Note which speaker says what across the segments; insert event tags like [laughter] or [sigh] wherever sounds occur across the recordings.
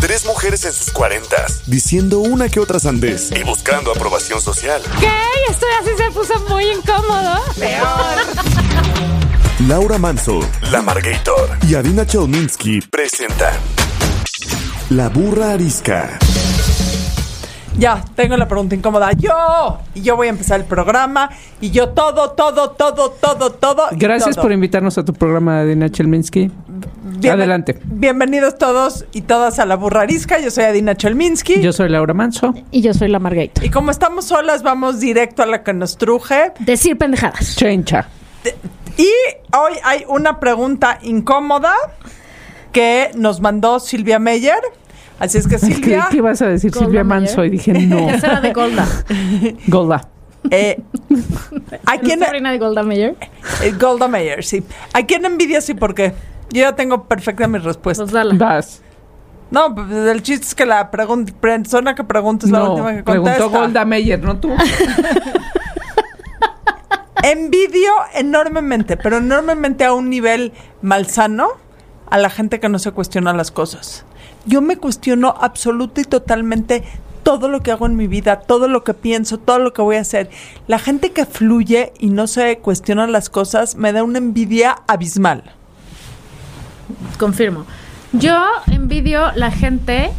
Speaker 1: Tres mujeres en sus cuarentas, diciendo una que otra sandez y buscando aprobación social.
Speaker 2: ¿Qué? Esto así se puso muy incómodo.
Speaker 1: Laura Manso, La Margator y Adina Chelminsky presentan La Burra Arisca.
Speaker 3: Ya, tengo la pregunta incómoda. Yo, y yo voy a empezar el programa y yo todo, todo, todo, todo, todo. y
Speaker 4: Gracias
Speaker 3: todo.
Speaker 4: por invitarnos a tu programa, Adina Chelminsky.
Speaker 3: Bienven-
Speaker 4: Adelante.
Speaker 3: Bienvenidos todos y todas a La Burrarisca. Yo soy Adina Chelminsky.
Speaker 4: Yo soy Laura Manso.
Speaker 2: Y yo soy la Margator.
Speaker 3: Y como estamos solas, vamos directo a la que nos truje.
Speaker 2: Decir pendejadas.
Speaker 4: Chencha.
Speaker 3: Y hoy hay una pregunta incómoda que nos mandó Silvia Meyer. Así es que
Speaker 4: Creí
Speaker 3: Silvia,
Speaker 4: que ibas a decir
Speaker 2: Golda
Speaker 4: Silvia
Speaker 2: Meyer.
Speaker 4: Manso y
Speaker 3: [laughs]
Speaker 4: dije no.
Speaker 2: Tercera de
Speaker 4: [laughs]
Speaker 2: Golda.
Speaker 4: Golda.
Speaker 3: eh, [laughs] ¿a quién
Speaker 2: Sobrina de Golda Meyer.
Speaker 3: eh, Golda Meyer, sí. ¿A quién envidias y por qué? Yo ya tengo perfecta mi respuesta.
Speaker 2: Pues dala.
Speaker 4: Vas.
Speaker 3: No, pues, el chiste es que la pregun- persona que pregunta es la
Speaker 4: No,
Speaker 3: última que contesta.
Speaker 4: preguntó Golda Meyer, no tú.
Speaker 3: Envidio enormemente, pero enormemente a un nivel malsano a la gente que no se cuestiona las cosas. Yo me cuestiono absoluta y totalmente todo lo que hago en mi vida, todo lo que pienso, todo lo que voy a hacer. La gente que fluye y no se cuestiona las cosas me da una envidia abismal.
Speaker 2: Confirmo. Yo envidio la gente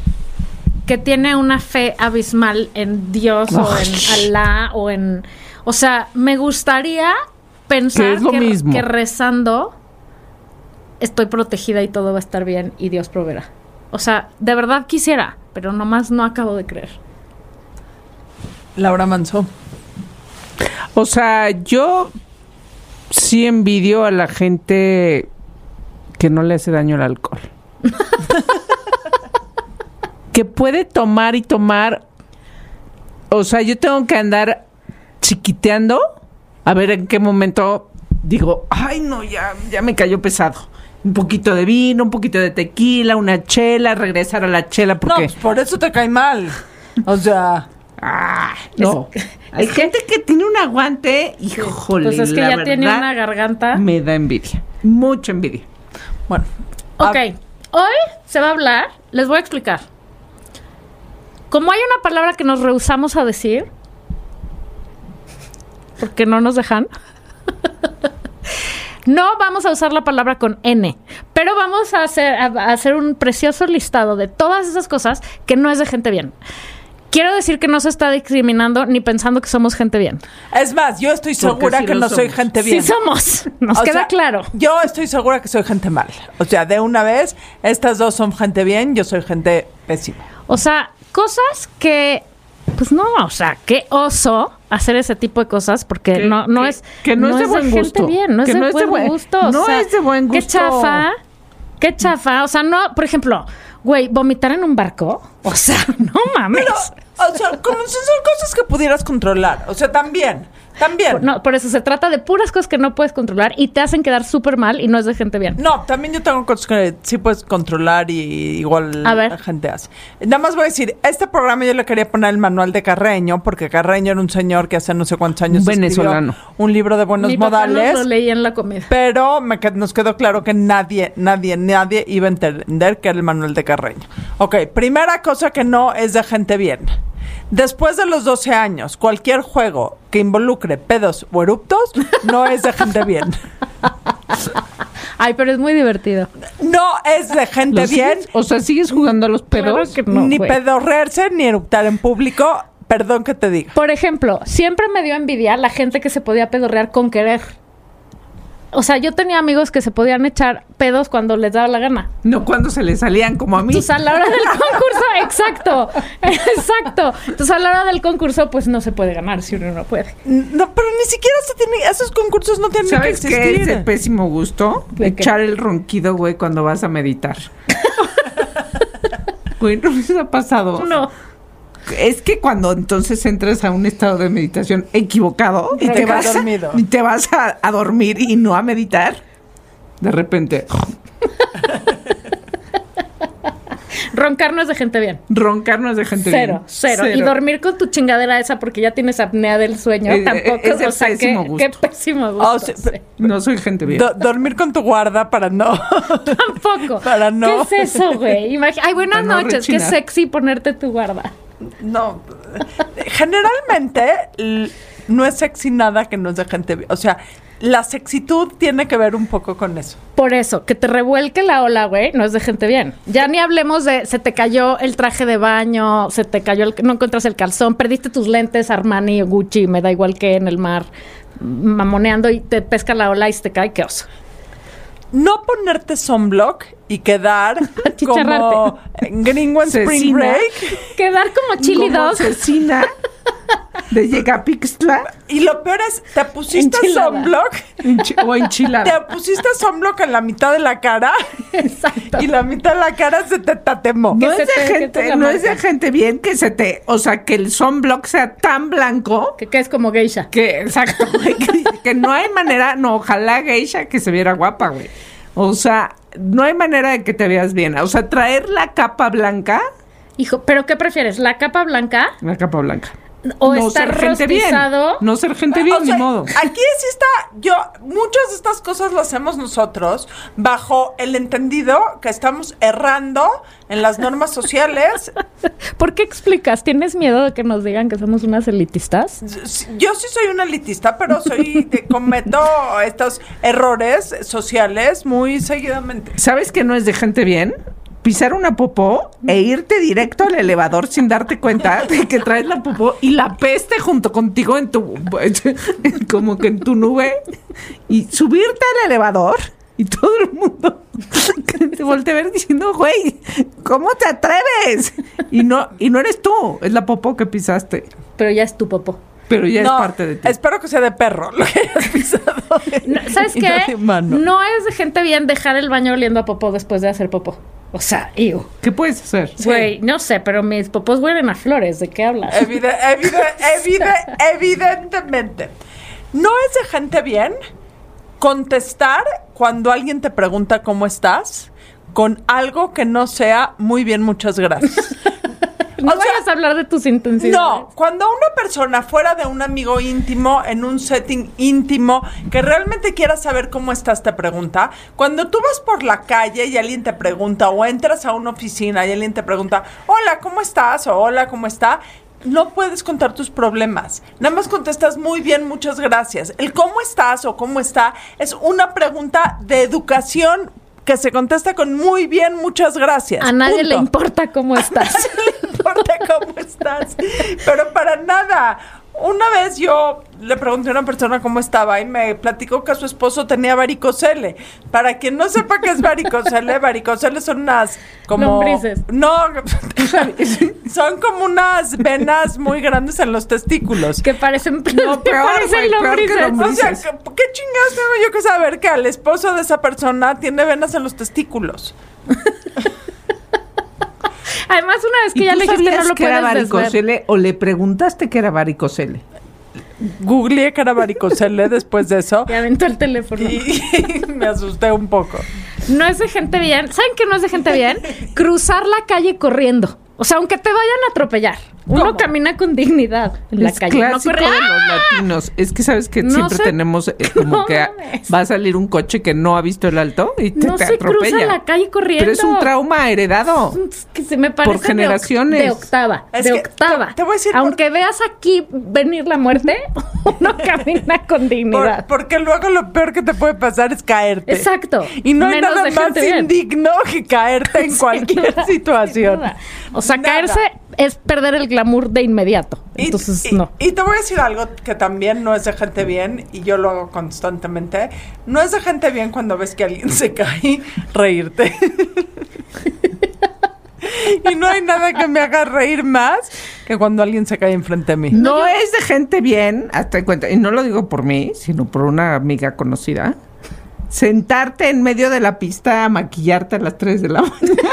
Speaker 2: que tiene una fe abismal en Dios o en Alá o en... O sea, me gustaría pensar
Speaker 4: Que es lo
Speaker 2: que,
Speaker 4: mismo.
Speaker 2: que rezando estoy protegida y todo va a estar bien y Dios proveerá. O sea, de verdad quisiera, pero nomás no acabo de creer.
Speaker 3: Laura Manso.
Speaker 4: O sea, yo sí envidio a la gente que no le hace daño
Speaker 2: [laughs]
Speaker 4: el alcohol. que puede tomar y tomar. O sea, yo tengo que andar chiquiteando a ver en qué momento digo, ay no, ya, ya me cayó pesado. Un poquito de vino, un poquito de tequila, una chela, regresar a la chela
Speaker 3: No,
Speaker 4: porque...
Speaker 3: pues, por eso te cae mal. O sea,
Speaker 4: Ah, no. Hay gente que tiene un aguante, híjole.
Speaker 2: Pues es que
Speaker 4: la
Speaker 2: ya tiene
Speaker 4: verdad,
Speaker 2: una garganta.
Speaker 4: Me da envidia. Mucha envidia.
Speaker 3: bueno.
Speaker 2: Ok,
Speaker 3: Ah,
Speaker 2: hoy se va a hablar, les voy a explicar. Como hay una palabra que nos rehusamos a decir, porque no nos dejan, [laughs] no vamos a usar la palabra con N, pero vamos a hacer, a- a hacer un precioso listado de todas esas cosas que no es de gente bien. Quiero decir que no se está discriminando ni pensando que somos gente bien.
Speaker 3: Es más, yo estoy
Speaker 4: Porque
Speaker 3: segura
Speaker 4: sí
Speaker 3: que
Speaker 4: lo
Speaker 3: no soy
Speaker 4: somos.
Speaker 3: gente bien.
Speaker 2: Sí somos, [laughs] nos
Speaker 3: O
Speaker 2: queda
Speaker 3: sea,
Speaker 2: claro.
Speaker 3: Yo estoy segura que soy gente mal. O sea, de una vez, estas dos son gente bien, yo soy gente pésima.
Speaker 2: O sea, cosas que. Pues no, o sea, qué oso hacer ese tipo de cosas porque
Speaker 4: Que-
Speaker 2: no, no
Speaker 4: que-
Speaker 2: es.
Speaker 4: que no es de buen
Speaker 2: gente
Speaker 4: gusto.
Speaker 2: bien, no es
Speaker 4: Que
Speaker 2: de
Speaker 4: no es de
Speaker 2: buen
Speaker 4: buen-
Speaker 2: gusto. o
Speaker 4: no
Speaker 2: sea,
Speaker 4: es de buen
Speaker 2: Qué
Speaker 4: gusto.
Speaker 2: chafa. Qué chafa. O sea, no, por ejemplo, güey, vomitar en un barco. O sea, [laughs] no mames.
Speaker 3: Pero, o sea, como si son cosas que pudieras controlar. O sea, también, también.
Speaker 2: Por- no, por eso se trata de puras cosas que no puedes controlar y te hacen quedar súper mal y no es de gente bien.
Speaker 3: No, también yo tengo cosas que sí puedes controlar y igual
Speaker 2: A ver.
Speaker 3: la gente hace. Nada más voy a decir, este programa yo le quería poner el manual de Carreño, porque Carreño era un señor que hace no sé cuántos años
Speaker 4: Un
Speaker 3: escribió
Speaker 4: venezolano.
Speaker 3: un libro de buenos
Speaker 2: Mi papá
Speaker 3: modales.
Speaker 2: nos lo leía en la comida.
Speaker 3: Pero me qued- nos quedó claro que nadie, nadie, nadie iba a entender que era el manual de Carreño. Ok, primera cosa que no es de gente bien. Después de los 12 años, cualquier juego que involucre pedos o eruptos no es de gente
Speaker 4: [laughs]
Speaker 3: bien.
Speaker 2: Ay, pero es muy divertido.
Speaker 3: No es de gente
Speaker 4: ¿Lo
Speaker 3: bien
Speaker 4: sigues? O sea, ¿sigues jugando a los
Speaker 2: Claro
Speaker 4: pedos?
Speaker 2: que no,
Speaker 3: ni
Speaker 2: güey.
Speaker 3: pedorrearse ni eruptar en público. Perdón que te diga.
Speaker 2: Por ejemplo, siempre me dio envidia la gente que se podía pedorrear con querer. O sea, yo tenía amigos que se podían echar pedos cuando les daba la gana.
Speaker 4: No, cuando se le salían como a mí.
Speaker 2: Entonces, a la hora del
Speaker 4: [laughs]
Speaker 2: concurso, exacto, exacto. Entonces, a la hora del concurso, pues no se puede ganar si uno no puede.
Speaker 3: No, pero ni siquiera se tiene, esos concursos no tienen que
Speaker 4: ¿Sabes qué es de
Speaker 3: existir.
Speaker 4: pésimo gusto?
Speaker 2: ¿De qué?
Speaker 4: Echar el ronquido, güey,
Speaker 2: [laughs]
Speaker 4: cuando vas a meditar. güey, ¿no les ha pasado?
Speaker 2: No.
Speaker 4: es que cuando entonces entras a un estado de meditación equivocado y te
Speaker 3: Recaes
Speaker 4: vas, a,
Speaker 3: dormido.
Speaker 4: y te vas a, a dormir y no a meditar, de repente
Speaker 2: Roncar no es de gente bien.
Speaker 4: roncar no es de gente
Speaker 2: Cero,
Speaker 4: bien.
Speaker 2: cero, Y dormir con tu chingadera esa porque ya tienes apnea del sueño.
Speaker 4: Eh, eh,
Speaker 2: Tampoco.
Speaker 4: es de
Speaker 2: o sea, qué-
Speaker 4: pésimo
Speaker 2: qué,
Speaker 4: gusto. Oh,
Speaker 2: pésimo gusto.
Speaker 3: Ah, sí,
Speaker 4: [laughs]
Speaker 2: sí.
Speaker 4: No soy gente bien.
Speaker 3: Do- dormir con tu guarda para no. [laughs]
Speaker 2: Tampoco.
Speaker 3: Para no-
Speaker 2: ¿Qué es eso, güey? Imagi- Ay, buenas
Speaker 4: Para no
Speaker 2: noches. Qué
Speaker 4: rechinar.
Speaker 2: sexy ponerte tu guarda.
Speaker 3: No. Generalmente l- no es sexy nada que no es de gente. vi- O sea, la sexitud tiene que ver un poco con eso.
Speaker 2: Por eso, que te revuelque la ola, güey, no es de gente bien. Ya ni hablemos de se te cayó el traje de baño, se te cayó el, no encontras el calzón, perdiste tus lentes Armani o Gucci, me da igual que en el mar, mamoneando y te pesca la ola y se te cae, qué [laughs] oso.
Speaker 3: No ponerte sunblock y quedar como
Speaker 2: Achicharrarte.
Speaker 3: gringo en Spring
Speaker 4: Cecina.
Speaker 3: Break.
Speaker 2: Quedar como chili
Speaker 4: Como
Speaker 2: dog.
Speaker 4: asesina
Speaker 2: [laughs]
Speaker 4: de Yegapixtla
Speaker 3: Y lo peor es, te pusiste
Speaker 2: Enchilada.
Speaker 3: sunblock,
Speaker 4: enchi- o
Speaker 3: te
Speaker 4: enchilada.
Speaker 3: pusiste sunblock en la mitad de la cara
Speaker 2: [laughs] Exacto.
Speaker 3: y la mitad de la cara se te tatemó.
Speaker 4: No
Speaker 2: que
Speaker 4: es,
Speaker 2: se
Speaker 4: de
Speaker 2: te- que te la
Speaker 4: gente, no es de
Speaker 2: marca.
Speaker 4: gente bien que se te, o sea, que el sunblock sea tan blanco
Speaker 2: Que, que es como geisha.
Speaker 4: Que, exacto, güey, que, que no hay manera, no, ojalá Geisha que se viera guapa, güey. O sea, no hay manera de que te veas bien. O sea, traer la capa blanca,
Speaker 2: Hijo, ¿pero qué prefieres? ¿La capa blanca
Speaker 4: la capa blanca.
Speaker 2: o estar rostizado?
Speaker 4: bien. No ser gente bien,
Speaker 3: O sea,
Speaker 4: ni modo.
Speaker 3: Aquí sí está, yo, muchas de estas cosas lo hacemos nosotros bajo el entendido que estamos errando en las normas sociales. [laughs]
Speaker 2: ¿Por qué explicas? ¿Tienes miedo de que nos digan que somos unas elitistas?
Speaker 3: S- Yo sí soy una elitista, pero soy, de- cometo estos errores sociales muy seguidamente.
Speaker 4: ¿Sabes que no es de gente bien? Pisar una popó e irte directo al elevador sin darte cuenta de que traes la popó y la peste junto contigo en tu [laughs] como que en tu nube y subirte al elevador y todo el mundo [laughs] que te voltea a ver diciendo, "Güey, ¿cómo te atreves?" Y no y no eres tú, es la popó que pisaste,
Speaker 2: Pero ya es tu popó.
Speaker 4: pero ya
Speaker 3: No,
Speaker 4: es parte de ti.
Speaker 3: Espero que sea de perro lo que hayas pisado.
Speaker 4: [laughs]
Speaker 2: No, ¿Sabes
Speaker 3: Y
Speaker 2: qué?
Speaker 3: no de humano.
Speaker 2: No es de gente bien dejar el baño oliendo a popó después de hacer popó. O sea, iu.
Speaker 4: ¿Qué puedes hacer?
Speaker 2: Güey, no sé, pero mis popós huelen a flores. ¿De qué hablas?
Speaker 4: Eh,
Speaker 3: Evide- evide- evide- evidentemente. No es de gente bien contestar cuando alguien te pregunta cómo estás con algo que no sea muy bien, muchas gracias.
Speaker 2: [laughs] no
Speaker 3: o sea,
Speaker 2: vayas a hablar de tus intenciones.
Speaker 3: No, cuando una persona fuera de un amigo íntimo, en un setting íntimo, que realmente quiera saber cómo estás, te pregunta. Cuando tú vas por la calle y alguien te pregunta, o entras a una oficina y alguien te pregunta, hola, ¿cómo estás? o hola, ¿cómo está? No puedes contar tus problemas. Nada más contestas muy bien, muchas gracias. El cómo estás o cómo está es una pregunta de educación que se contesta con muy bien, muchas gracias.
Speaker 2: A nadie le
Speaker 3: Punto
Speaker 2: importa cómo
Speaker 3: [laughs]
Speaker 4: [laughs]
Speaker 2: estás.
Speaker 3: le importa cómo estás, pero para nada. Una vez yo le pregunté a una persona cómo estaba y me platicó que su esposo tenía varicocele. Para quien no sepa qué es varicocele, varicocele son unas como
Speaker 2: Lombrices.
Speaker 3: no, [laughs] son como unas venas muy grandes en los
Speaker 2: [laughs]
Speaker 3: testículos.
Speaker 2: que parecen,
Speaker 4: No,
Speaker 2: que
Speaker 4: peor,
Speaker 2: parecen
Speaker 4: güey, peor que
Speaker 2: lombrices.
Speaker 3: O sea,
Speaker 4: lombrices.
Speaker 3: ¿qué, qué chingados tengo yo que saber que al esposo de esa persona tiene venas en los testículos?
Speaker 2: Además, una vez
Speaker 4: ¿Y
Speaker 2: que ya
Speaker 4: tú
Speaker 2: le dijiste no
Speaker 4: sabías
Speaker 2: lo
Speaker 4: que era
Speaker 2: puedes desver.
Speaker 4: varicocele o le preguntaste que era varicocele?
Speaker 3: Googleé que era varicocele después
Speaker 2: [laughs]
Speaker 3: de eso.
Speaker 2: Y aventó el teléfono.
Speaker 3: y [laughs] me asusté un poco.
Speaker 2: No es de gente bien. ¿Saben qué no es de gente
Speaker 3: [laughs]
Speaker 2: bien? Cruzar la calle corriendo. O sea, aunque te vayan a atropellar. Uno
Speaker 3: ¿Cómo?
Speaker 2: camina con dignidad en la
Speaker 4: es
Speaker 2: calle. No
Speaker 4: clásico
Speaker 2: corre-
Speaker 4: de los
Speaker 2: ¡Ah!
Speaker 4: latinos. Es que sabes que
Speaker 2: No
Speaker 4: siempre
Speaker 2: se-
Speaker 4: tenemos eh, como
Speaker 2: No
Speaker 4: que a-
Speaker 2: mames.
Speaker 4: va a salir un coche que no ha visto el alto y te,
Speaker 2: No
Speaker 4: te
Speaker 2: se
Speaker 4: atropella.
Speaker 2: cruza la calle corriendo.
Speaker 4: Pero es un trauma heredado.
Speaker 2: Es que se me parece de oc-
Speaker 4: generaciones.
Speaker 2: de, octava
Speaker 3: Es
Speaker 2: de
Speaker 3: que
Speaker 2: octava
Speaker 3: te- te voy a decir
Speaker 2: aunque veas aquí venir la muerte [laughs]
Speaker 3: [laughs]
Speaker 2: uno camina con dignidad
Speaker 3: Por- porque luego lo peor que te puede pasar es caerte.
Speaker 2: Exacto.
Speaker 3: Y no hay
Speaker 2: Menos
Speaker 3: nada
Speaker 2: de
Speaker 3: más
Speaker 2: gente bien.
Speaker 3: indigno que caerte
Speaker 2: [laughs]
Speaker 3: en
Speaker 2: Sin
Speaker 3: cualquier
Speaker 2: duda,
Speaker 3: situación.
Speaker 2: sin duda. o sea
Speaker 3: Nada.
Speaker 2: caerse es perder el glamour de inmediato
Speaker 3: Y-
Speaker 2: entonces
Speaker 3: y-
Speaker 2: no
Speaker 3: Y te voy a decir algo que también no es de gente bien, y yo lo hago constantemente. No es de gente bien cuando ves que alguien se cae, reírte. [laughs] y no hay nada que me haga reír más que cuando alguien se cae enfrente de mí.
Speaker 4: No es de gente bien, hasta en cuenta, y no lo digo por mí, sino por una amiga conocida. [laughs] Sentarte en medio de la pista a maquillarte a las 3 de la mañana.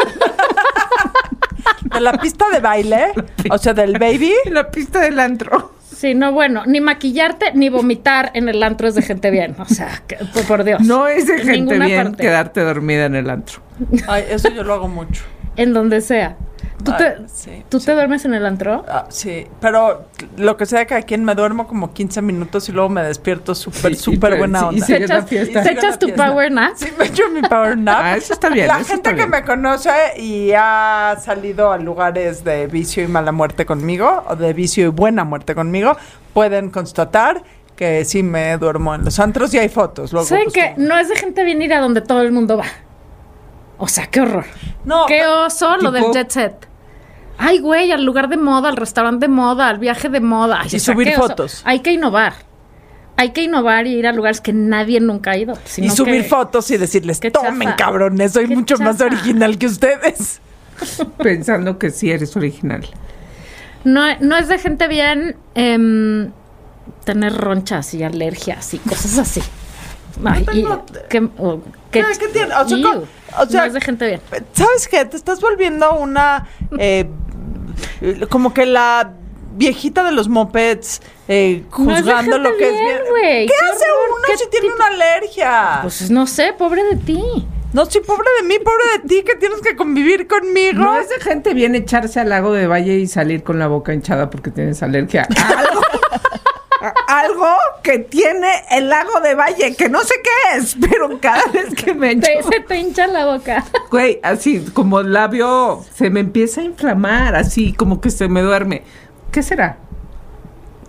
Speaker 3: de la pista
Speaker 2: [laughs]
Speaker 3: de baile, o sea, del baby.
Speaker 4: La pista del antro.
Speaker 2: Sí, no, bueno, ni maquillarte ni vomitar en el antro es de gente bien. O sea, que- por- por Dios.
Speaker 4: No es de
Speaker 2: En
Speaker 4: gente
Speaker 2: ninguna
Speaker 4: bien
Speaker 2: parte.
Speaker 4: quedarte dormida en el antro.
Speaker 3: Ay, eso yo lo hago mucho.
Speaker 2: En donde sea. ¿Tú, te,
Speaker 3: Ay, Ah, sí,
Speaker 2: ¿tú te duermes en el
Speaker 3: [laughs]
Speaker 2: antro?
Speaker 3: Ah, sí, pero lo que sea de cada quien, me duermo como 15 minutos y luego me despierto súper,
Speaker 4: Sí,
Speaker 3: súper
Speaker 4: pero-
Speaker 3: buena
Speaker 4: sí,
Speaker 3: onda.
Speaker 4: sí.
Speaker 2: ¿Te
Speaker 4: Sigue la
Speaker 2: echas,
Speaker 4: fiesta.
Speaker 2: te echas tu
Speaker 3: Sigue la
Speaker 2: power nap?
Speaker 3: Sí, me echo mi power nap.
Speaker 4: Ah, eso está bien,
Speaker 3: La
Speaker 4: eso
Speaker 3: gente
Speaker 4: está
Speaker 3: que
Speaker 4: bien.
Speaker 3: me conoce y ha salido a lugares de vicio y mala muerte conmigo, o de vicio y buena muerte conmigo, pueden constatar que sí me duermo en los antros y hay fotos. Luego,
Speaker 2: ¿Saben
Speaker 3: pues,
Speaker 2: que
Speaker 3: tengo.
Speaker 2: no es de gente bien ir a donde todo el mundo va? O sea, qué horror.
Speaker 3: No,
Speaker 2: qué oso lo del
Speaker 4: tipo-
Speaker 2: jet set. Ay, güey, al lugar de moda, al restaurante de moda, al viaje de moda. Ay,
Speaker 3: Y
Speaker 2: o sea,
Speaker 3: subir
Speaker 2: qué oso.
Speaker 3: fotos.
Speaker 2: Hay que innovar. Hay que innovar y ir a lugares que nadie nunca ha ido.
Speaker 3: y
Speaker 2: sino
Speaker 3: subir
Speaker 2: que-
Speaker 3: fotos y decirles,
Speaker 2: qué
Speaker 3: tomen
Speaker 2: chafa.
Speaker 3: cabrones, soy
Speaker 2: Qué
Speaker 3: mucho más
Speaker 2: chafa.
Speaker 3: original que ustedes.
Speaker 4: Pensando que sí eres original.
Speaker 2: No, no es de gente bien em, tener ronchas y alergias y cosas así. Ay, y-
Speaker 3: tengo-
Speaker 2: que- o- que-
Speaker 3: ¿Qué tiene? O sea,
Speaker 2: Ew.
Speaker 3: co- o sea-
Speaker 2: no es de gente bien.
Speaker 3: ¿Sabes qué? Te estás volviendo una. eh, como que la viejita de los mopeds eh,
Speaker 2: No es de
Speaker 3: juzgando
Speaker 2: gente
Speaker 3: lo que
Speaker 2: bien,
Speaker 3: es bien.
Speaker 2: güey.
Speaker 3: ¿Qué
Speaker 2: Qué
Speaker 3: hace
Speaker 2: horror.
Speaker 3: uno
Speaker 2: ¿Qué
Speaker 3: si tiene
Speaker 2: tipo-
Speaker 3: una alergia?
Speaker 2: Pues no sé, pobre de ti.
Speaker 3: no, sí, pobre de mí, pobre de ti, que tienes que convivir conmigo.
Speaker 4: No es de gente bien echarse al lago de valle y salir con la boca hinchada porque tienes alergia. Algo,
Speaker 3: [laughs]
Speaker 4: algo que tiene el lago de valle, que no sé qué es, pero cada vez que me echo,
Speaker 2: Te- [laughs] se te hincha la boca. [laughs]
Speaker 4: güey, así como el labio se me empieza a inflamar, así como que se me duerme. ¿Qué será?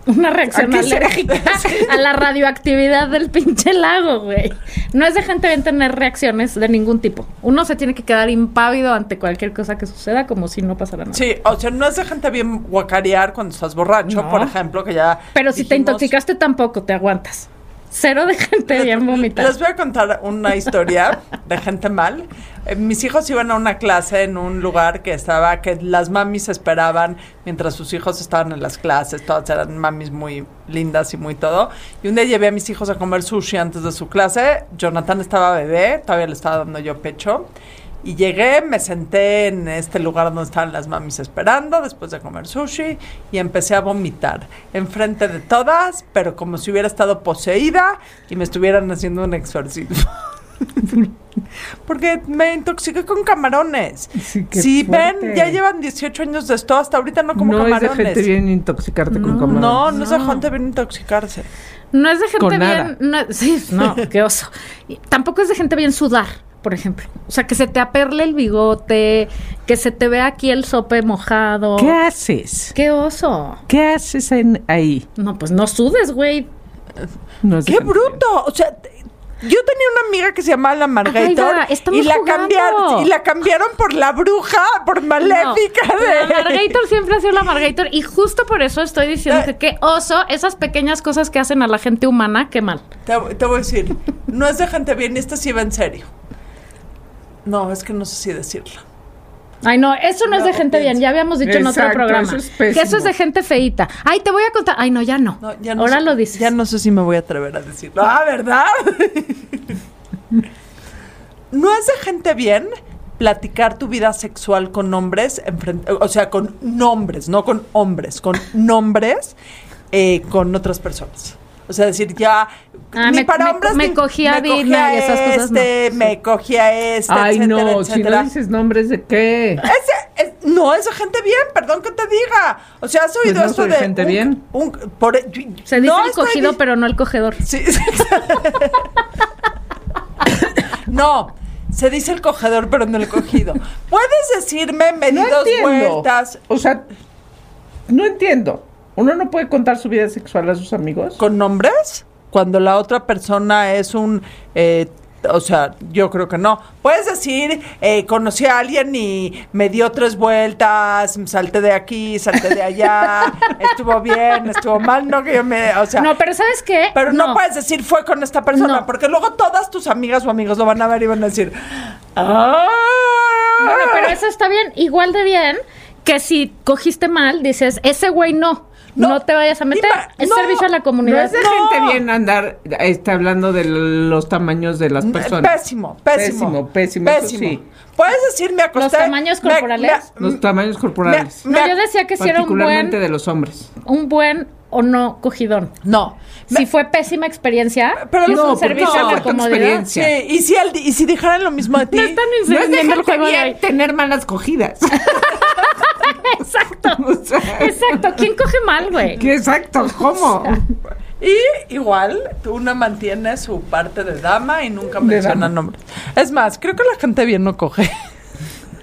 Speaker 2: Una reacción
Speaker 4: ¿A qué se-
Speaker 2: alérgica
Speaker 3: [laughs]
Speaker 2: a la radioactividad del pinche lago, güey. No es de gente bien tener reacciones de ningún tipo. Uno se tiene que quedar impávido ante cualquier cosa que suceda como si no pasara nada.
Speaker 3: Sí, o sea, no es de gente bien guacarear cuando estás borracho,
Speaker 2: No.
Speaker 3: por ejemplo, que ya.
Speaker 2: Pero si te
Speaker 3: dijimos-
Speaker 2: intoxicaste tampoco, te aguantas. Cero de [laughs] gente bien vomitar.
Speaker 3: Les voy a contar una historia de gente mal. Eh, mis hijos iban a una clase en un lugar que estaba, que las mamis esperaban mientras sus hijos estaban en las clases. Todas eran mamis muy lindas y muy todo. Y un día llevé a mis hijos a comer sushi antes de su clase. Jonathan estaba bebé, todavía le estaba dando yo pecho. Y llegué, me senté en este lugar donde estaban las mamis esperando después de comer sushi y empecé a vomitar enfrente de todas, pero como si hubiera estado poseída y me estuvieran haciendo un exorcismo. [laughs] Porque me intoxiqué con camarones.
Speaker 4: Sí, qué
Speaker 3: si ven,
Speaker 4: fuerte.
Speaker 3: ya llevan 18 años de esto, hasta ahorita no como
Speaker 4: no
Speaker 3: camarones.
Speaker 4: es de gente bien intoxicarte con camarones.
Speaker 3: No, no, es de
Speaker 2: No.
Speaker 3: gente bien intoxicarse.
Speaker 2: No es de gente
Speaker 4: Con
Speaker 2: bien.
Speaker 4: nada.
Speaker 2: No, sí, [laughs] no, qué oso. Y Tampoco es de gente bien sudar, por ejemplo. O sea, que se te aperle el bigote, que se te vea aquí el sope mojado.
Speaker 4: ¿Qué haces?
Speaker 2: Qué oso.
Speaker 4: ¿Qué haces en- ahí?
Speaker 2: No, pues no sudes, güey.
Speaker 4: No es de
Speaker 3: ¡Qué
Speaker 4: gente bien.
Speaker 3: bruto! O sea, te- yo tenía una amiga que se llamaba la Margator
Speaker 2: Ay, va, estamos
Speaker 3: y, la
Speaker 2: jugando.
Speaker 3: cambiaron, y la cambiaron por la bruja, por maléfica
Speaker 2: No,
Speaker 3: de...
Speaker 2: La
Speaker 3: [laughs]
Speaker 2: Margator siempre ha sido la Margator y justo por eso estoy diciendo que qué oso esas pequeñas cosas que hacen a la gente humana, qué mal.
Speaker 3: Te, te voy a decir, no es de gente bien, esta sí va en serio. No, es que no sé si decirlo.
Speaker 2: Ay, no, eso no, es de
Speaker 3: No,
Speaker 2: gente bien.
Speaker 3: piensa.
Speaker 2: Ya habíamos dicho en
Speaker 4: Exacto,
Speaker 2: otro programa.
Speaker 4: eso es
Speaker 2: que eso
Speaker 4: pésimo.
Speaker 2: es de gente feita. Ay, te voy a contar. Ay, no, ya no.
Speaker 3: No, ya no
Speaker 2: Ahora
Speaker 3: sé-
Speaker 2: lo dices.
Speaker 3: Ya no sé si me voy a atrever a decirlo. Ah, ¿verdad? [laughs] no es de gente bien platicar tu vida sexual con hombres, enfrente- o sea, con nombres, no con hombres, con nombres eh, con otras personas. O sea, decir ya
Speaker 2: Ah,
Speaker 3: ni
Speaker 2: me-
Speaker 3: para
Speaker 2: me-
Speaker 3: hombres
Speaker 2: me
Speaker 3: ni-
Speaker 2: cogí a
Speaker 3: me cogí
Speaker 2: Britney y esas cosas, no.
Speaker 3: este, me cogí a este,
Speaker 4: Ay,
Speaker 3: etcétera,
Speaker 4: no, si
Speaker 3: etcétera.
Speaker 4: no dices nombres de qué.
Speaker 3: Ese es- no, es de gente bien, perdón que te diga. O sea, has oído
Speaker 4: Pues no
Speaker 3: esto
Speaker 4: soy
Speaker 3: de.
Speaker 4: gente
Speaker 3: un-
Speaker 4: bien.
Speaker 3: un- por- e, yo-
Speaker 2: Se dice
Speaker 3: no
Speaker 2: el
Speaker 3: estoy
Speaker 2: cogido,
Speaker 3: di-
Speaker 2: pero no el cogedor.
Speaker 3: Sí, [laughs] sí, no, se dice el cogedor, pero no el
Speaker 4: [laughs]
Speaker 3: cogido. Puedes decirme, me di
Speaker 4: No
Speaker 3: dos
Speaker 4: entiendo.
Speaker 3: vueltas
Speaker 4: O sea, no entiendo. Uno no puede contar su vida sexual a sus amigos.
Speaker 3: con nombres cuando la otra persona es un. eh, o sea, yo creo que no. Puedes decir, eh, conocí a alguien y me dio tres vueltas, salté de aquí, salté
Speaker 2: [laughs]
Speaker 3: de allá, estuvo bien, estuvo mal, no que yo me. O sea,
Speaker 2: No, pero ¿sabes qué?
Speaker 3: Pero no. puedes decir fue con esta persona,
Speaker 2: No.
Speaker 3: porque luego todas tus amigas o amigos lo van a ver y van a decir. "Ah".
Speaker 2: Bueno, pero eso está bien, igual de bien que si cogiste mal, dices, ese güey no, no,
Speaker 3: No.
Speaker 2: te vayas a meter.
Speaker 3: Ima-
Speaker 2: es
Speaker 3: no.
Speaker 2: servicio a la
Speaker 4: No
Speaker 2: comunidad.
Speaker 4: es de gente bien andar este, hablando de los tamaños de
Speaker 2: Mm, eh,
Speaker 4: las personas.
Speaker 3: Pésimo, pésimo.
Speaker 4: Pésimo, pésimo, eso sí.
Speaker 3: Puedes decir, me acosté.
Speaker 2: tamaños
Speaker 3: me- me-
Speaker 2: corporales?
Speaker 4: Los tamaños corporales.
Speaker 3: me- me-
Speaker 2: No, yo decía que si era un buen,
Speaker 4: particularmente de los hombres.
Speaker 2: un buen o no cogidón.
Speaker 3: No.
Speaker 2: Si fue pésima experiencia,
Speaker 3: Pero
Speaker 2: es
Speaker 3: no,
Speaker 2: un
Speaker 3: porque
Speaker 2: servicio
Speaker 3: no,
Speaker 2: a la
Speaker 3: porque
Speaker 2: comodidad.
Speaker 3: Sí, y si, al- y si dijeran lo mismo [laughs] de ti.
Speaker 2: No están
Speaker 4: No es de
Speaker 2: entendiendo el
Speaker 4: gente
Speaker 2: juego de
Speaker 4: bien
Speaker 2: hoy.
Speaker 4: tener malas cogidas.
Speaker 2: [laughs] Exacto.
Speaker 4: [laughs] O sea,
Speaker 2: Exacto. ¿Quién coge mal, güey?
Speaker 4: ¿qué exacto, ¿cómo?
Speaker 3: Y igual, una mantiene su parte de dama y nunca menciona
Speaker 4: dama.
Speaker 3: nombres. Es más, creo que la gente bien no coge.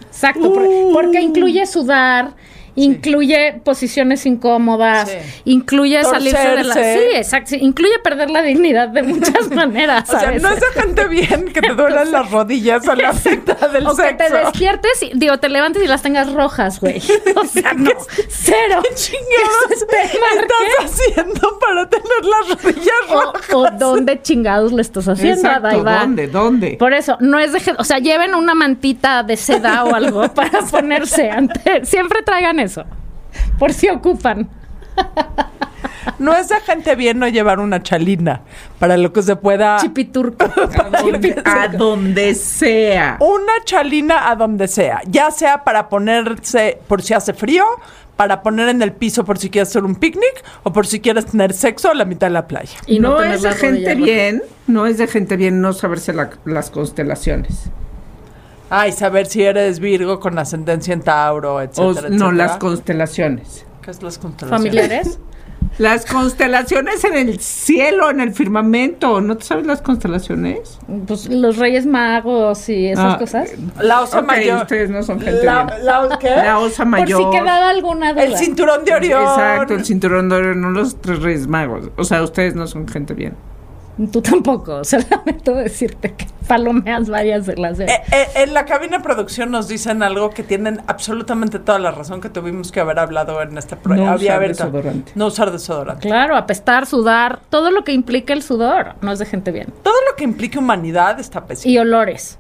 Speaker 2: Exacto, por-
Speaker 3: Uh.
Speaker 2: porque incluye sudar, incluye posiciones incómodas,
Speaker 3: Sí.
Speaker 2: incluye salirse de la...
Speaker 3: Torcerse.
Speaker 2: Sí, exacto, sí, incluye perder la dignidad de
Speaker 3: [laughs]
Speaker 2: muchas maneras,
Speaker 3: [laughs] O sea,
Speaker 2: ¿sabes?
Speaker 3: no es [laughs] de gente bien que te duelen las rodillas a [laughs] la mitad del
Speaker 2: o que
Speaker 3: sexo.
Speaker 2: te despiertes, y, digo, te levantes y las tengas rojas, güey.
Speaker 3: [laughs]
Speaker 2: O sea, no, cero. este
Speaker 3: ¿Qué [laughs] [laughs] chingados
Speaker 2: Eso te marqué.
Speaker 3: estás haciendo para tener [laughs] las rodillas
Speaker 2: O,
Speaker 3: rojas?
Speaker 2: o dónde chingados le estás haciendo a
Speaker 4: Exacto,
Speaker 2: Daiva.
Speaker 4: ¿dónde? ¿Dónde?
Speaker 2: Por eso, no es de... gen- O sea, lleven una mantita de seda o algo para ponerse antes. Siempre traigan eso, por si ocupan.
Speaker 3: No es de gente bien no llevar una chalina para lo que se pueda.
Speaker 2: Chipiturco.
Speaker 4: A donde- a donde sea.
Speaker 3: Una chalina a donde sea, ya sea para ponerse por si hace frío, para poner en el piso por si quieres hacer un picnic o por si quieres tener sexo a la mitad de la playa.
Speaker 2: Y
Speaker 4: no,
Speaker 2: tener
Speaker 4: es de
Speaker 2: las
Speaker 4: gente
Speaker 2: rodillas
Speaker 4: bien, no es de gente bien no saberse la- las constelaciones.
Speaker 3: Ay, saber si eres Virgo con ascendencia en Tauro, etcétera,
Speaker 4: O, no,
Speaker 3: etcétera.
Speaker 4: las constelaciones.
Speaker 3: ¿Qué es las
Speaker 2: rojas.
Speaker 3: constelaciones?
Speaker 2: familiares.
Speaker 4: Las constelaciones en el cielo, en el firmamento. ¿No te sabes las constelaciones?
Speaker 2: Pues los Reyes Magos y esas
Speaker 4: Ah,
Speaker 2: cosas.
Speaker 3: La osa
Speaker 4: Ok,
Speaker 3: mayor.
Speaker 4: ustedes no son gente
Speaker 3: La- ¿Eh?
Speaker 4: bien.
Speaker 3: la- ¿qué?
Speaker 4: La osa mayor.
Speaker 2: Por si quedaba alguna duda.
Speaker 3: El cinturón de Orión.
Speaker 4: Exacto, el cinturón de oro, no los tres reyes magos. O sea, ustedes no son gente bien.
Speaker 2: Tú tampoco. [laughs] Solamente decirte que palomeas varias de las de.
Speaker 3: Eh, eh, en la cabina de producción nos dicen algo que tienen absolutamente toda la razón que tuvimos que haber hablado en este
Speaker 4: No
Speaker 3: programa.
Speaker 4: usar desodorante.
Speaker 3: No usar desodorante.
Speaker 2: Claro, apestar, sudar, todo lo que implica el sudor no es de gente bien.
Speaker 3: Todo lo que implique humanidad está pésimo.
Speaker 2: Y olores